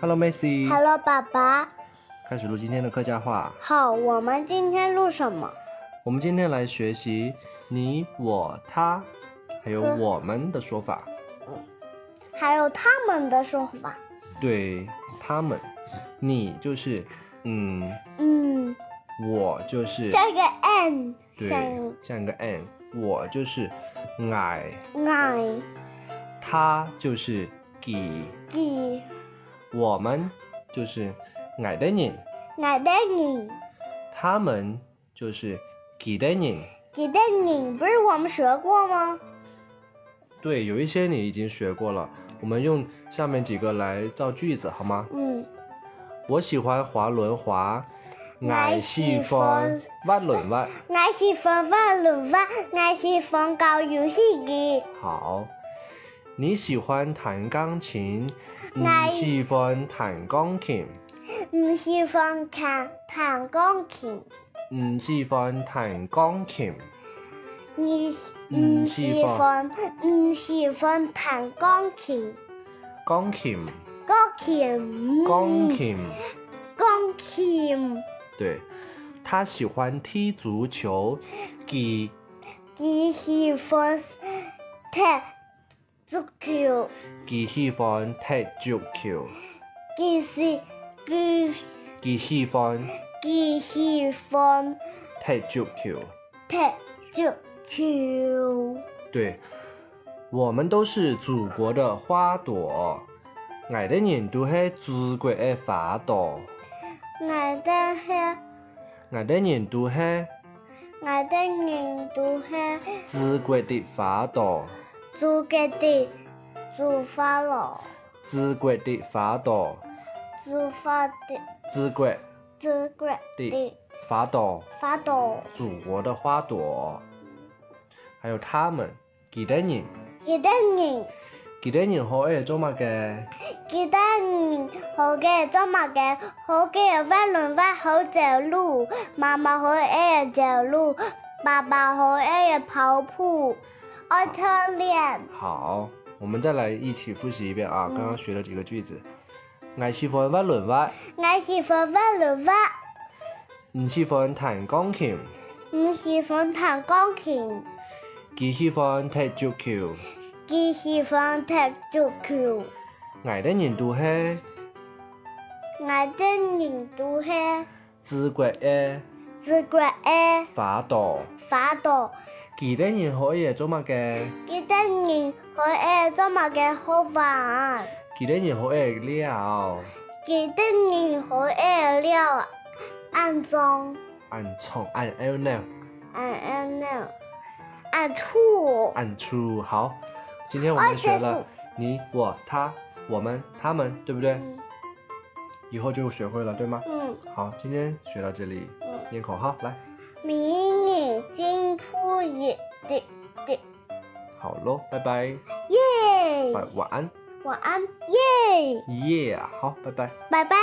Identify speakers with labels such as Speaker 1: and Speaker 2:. Speaker 1: Hello, Macy。
Speaker 2: Hello，爸爸。
Speaker 1: 开始录今天的客家话。
Speaker 2: 好，我们今天录什么？
Speaker 1: 我们今天来学习你、我、他，还有
Speaker 2: 呵
Speaker 1: 我们的说法。
Speaker 2: 还有他们的说法。
Speaker 1: 对他们，你就是嗯，
Speaker 2: 嗯，
Speaker 1: 我就是
Speaker 2: 下一个 n，
Speaker 1: 对
Speaker 2: 下一个，
Speaker 1: 像一个 n，我就是矮，
Speaker 2: i
Speaker 1: 他就是给，
Speaker 2: g，
Speaker 1: 我们就是矮的人，
Speaker 2: 爱的你，
Speaker 1: 他们就是给的人。
Speaker 2: 给的你，不是我们学过吗？
Speaker 1: 对，有一些你已经学过了，我们用下面几个来造句子好吗？
Speaker 2: 嗯，
Speaker 1: 我喜欢滑轮滑，
Speaker 2: 我喜欢
Speaker 1: 滑轮滑。
Speaker 2: 我喜欢玩轮滑，我喜欢搞游戏机，
Speaker 1: 好，你喜欢弹钢琴，你
Speaker 2: 我
Speaker 1: 喜欢弹钢琴，
Speaker 2: 我喜欢看弹钢琴，
Speaker 1: 你喜欢弹钢琴。
Speaker 2: 你
Speaker 1: 嗯
Speaker 2: 你喜欢你喜欢弹钢琴，
Speaker 1: 钢琴，
Speaker 2: 钢琴，
Speaker 1: 钢琴，
Speaker 2: 钢琴。
Speaker 1: 对，他喜欢踢足球，给
Speaker 2: 几喜欢踢足球，
Speaker 1: 给喜欢踢足球，
Speaker 2: 几是几
Speaker 1: 给喜欢
Speaker 2: 几喜欢
Speaker 1: 踢足球。
Speaker 2: 踢足球。
Speaker 1: 对，我们都是祖国的花朵，爱的人都是祖国的花朵，
Speaker 2: 我的黑，
Speaker 1: 爱的人都是
Speaker 2: 我的人都是
Speaker 1: 祖国的花朵，
Speaker 2: 祖国的祖发了，
Speaker 1: 祖国的花朵，
Speaker 2: 祖发的
Speaker 1: 祖国
Speaker 2: 祖国
Speaker 1: 的
Speaker 2: 的
Speaker 1: 花朵，
Speaker 2: 发抖。
Speaker 1: 祖国的花朵，还有他们，几的人，
Speaker 2: 几的人，
Speaker 1: 几的人好爱做乜嘅？
Speaker 2: 几的人，好嘅做乜嘅？好嘅滑轮滑好走路，妈妈好爱走路，爸爸好爱跑步，爱锻炼。
Speaker 1: 好，我们再来一起复习一遍啊，刚刚学了几个句子，我喜欢滑轮滑，
Speaker 2: 我喜欢滑轮滑，
Speaker 1: 唔喜欢弹钢琴。
Speaker 2: 唔喜欢弹钢琴，
Speaker 1: 佢喜欢踢足球，
Speaker 2: 只喜欢踢足球。
Speaker 1: 矮的人都是
Speaker 2: 我的人都是
Speaker 1: 自觉的
Speaker 2: 自觉的
Speaker 1: 花朵。
Speaker 2: 发抖，
Speaker 1: 其他人可以做乜嘅？
Speaker 2: 几的人好爱做乜嘅好玩。
Speaker 1: 其他人可以了
Speaker 2: 记得你和爱了暗中嗯
Speaker 1: 按床按 L 呢
Speaker 2: 暗暗那暗处
Speaker 1: 按出好。今天我们学了你我他我们他们，对不对？
Speaker 2: 嗯
Speaker 1: 以后就学会了，对吗？
Speaker 2: 嗯
Speaker 1: 好，今天学到这里，
Speaker 2: 嗯，
Speaker 1: 念口号来，
Speaker 2: 明眼睛扑眼的的
Speaker 1: 好喽，拜拜，
Speaker 2: 耶，
Speaker 1: 晚晚安，
Speaker 2: 晚安耶，
Speaker 1: 耶、好，拜拜。
Speaker 2: 拜拜。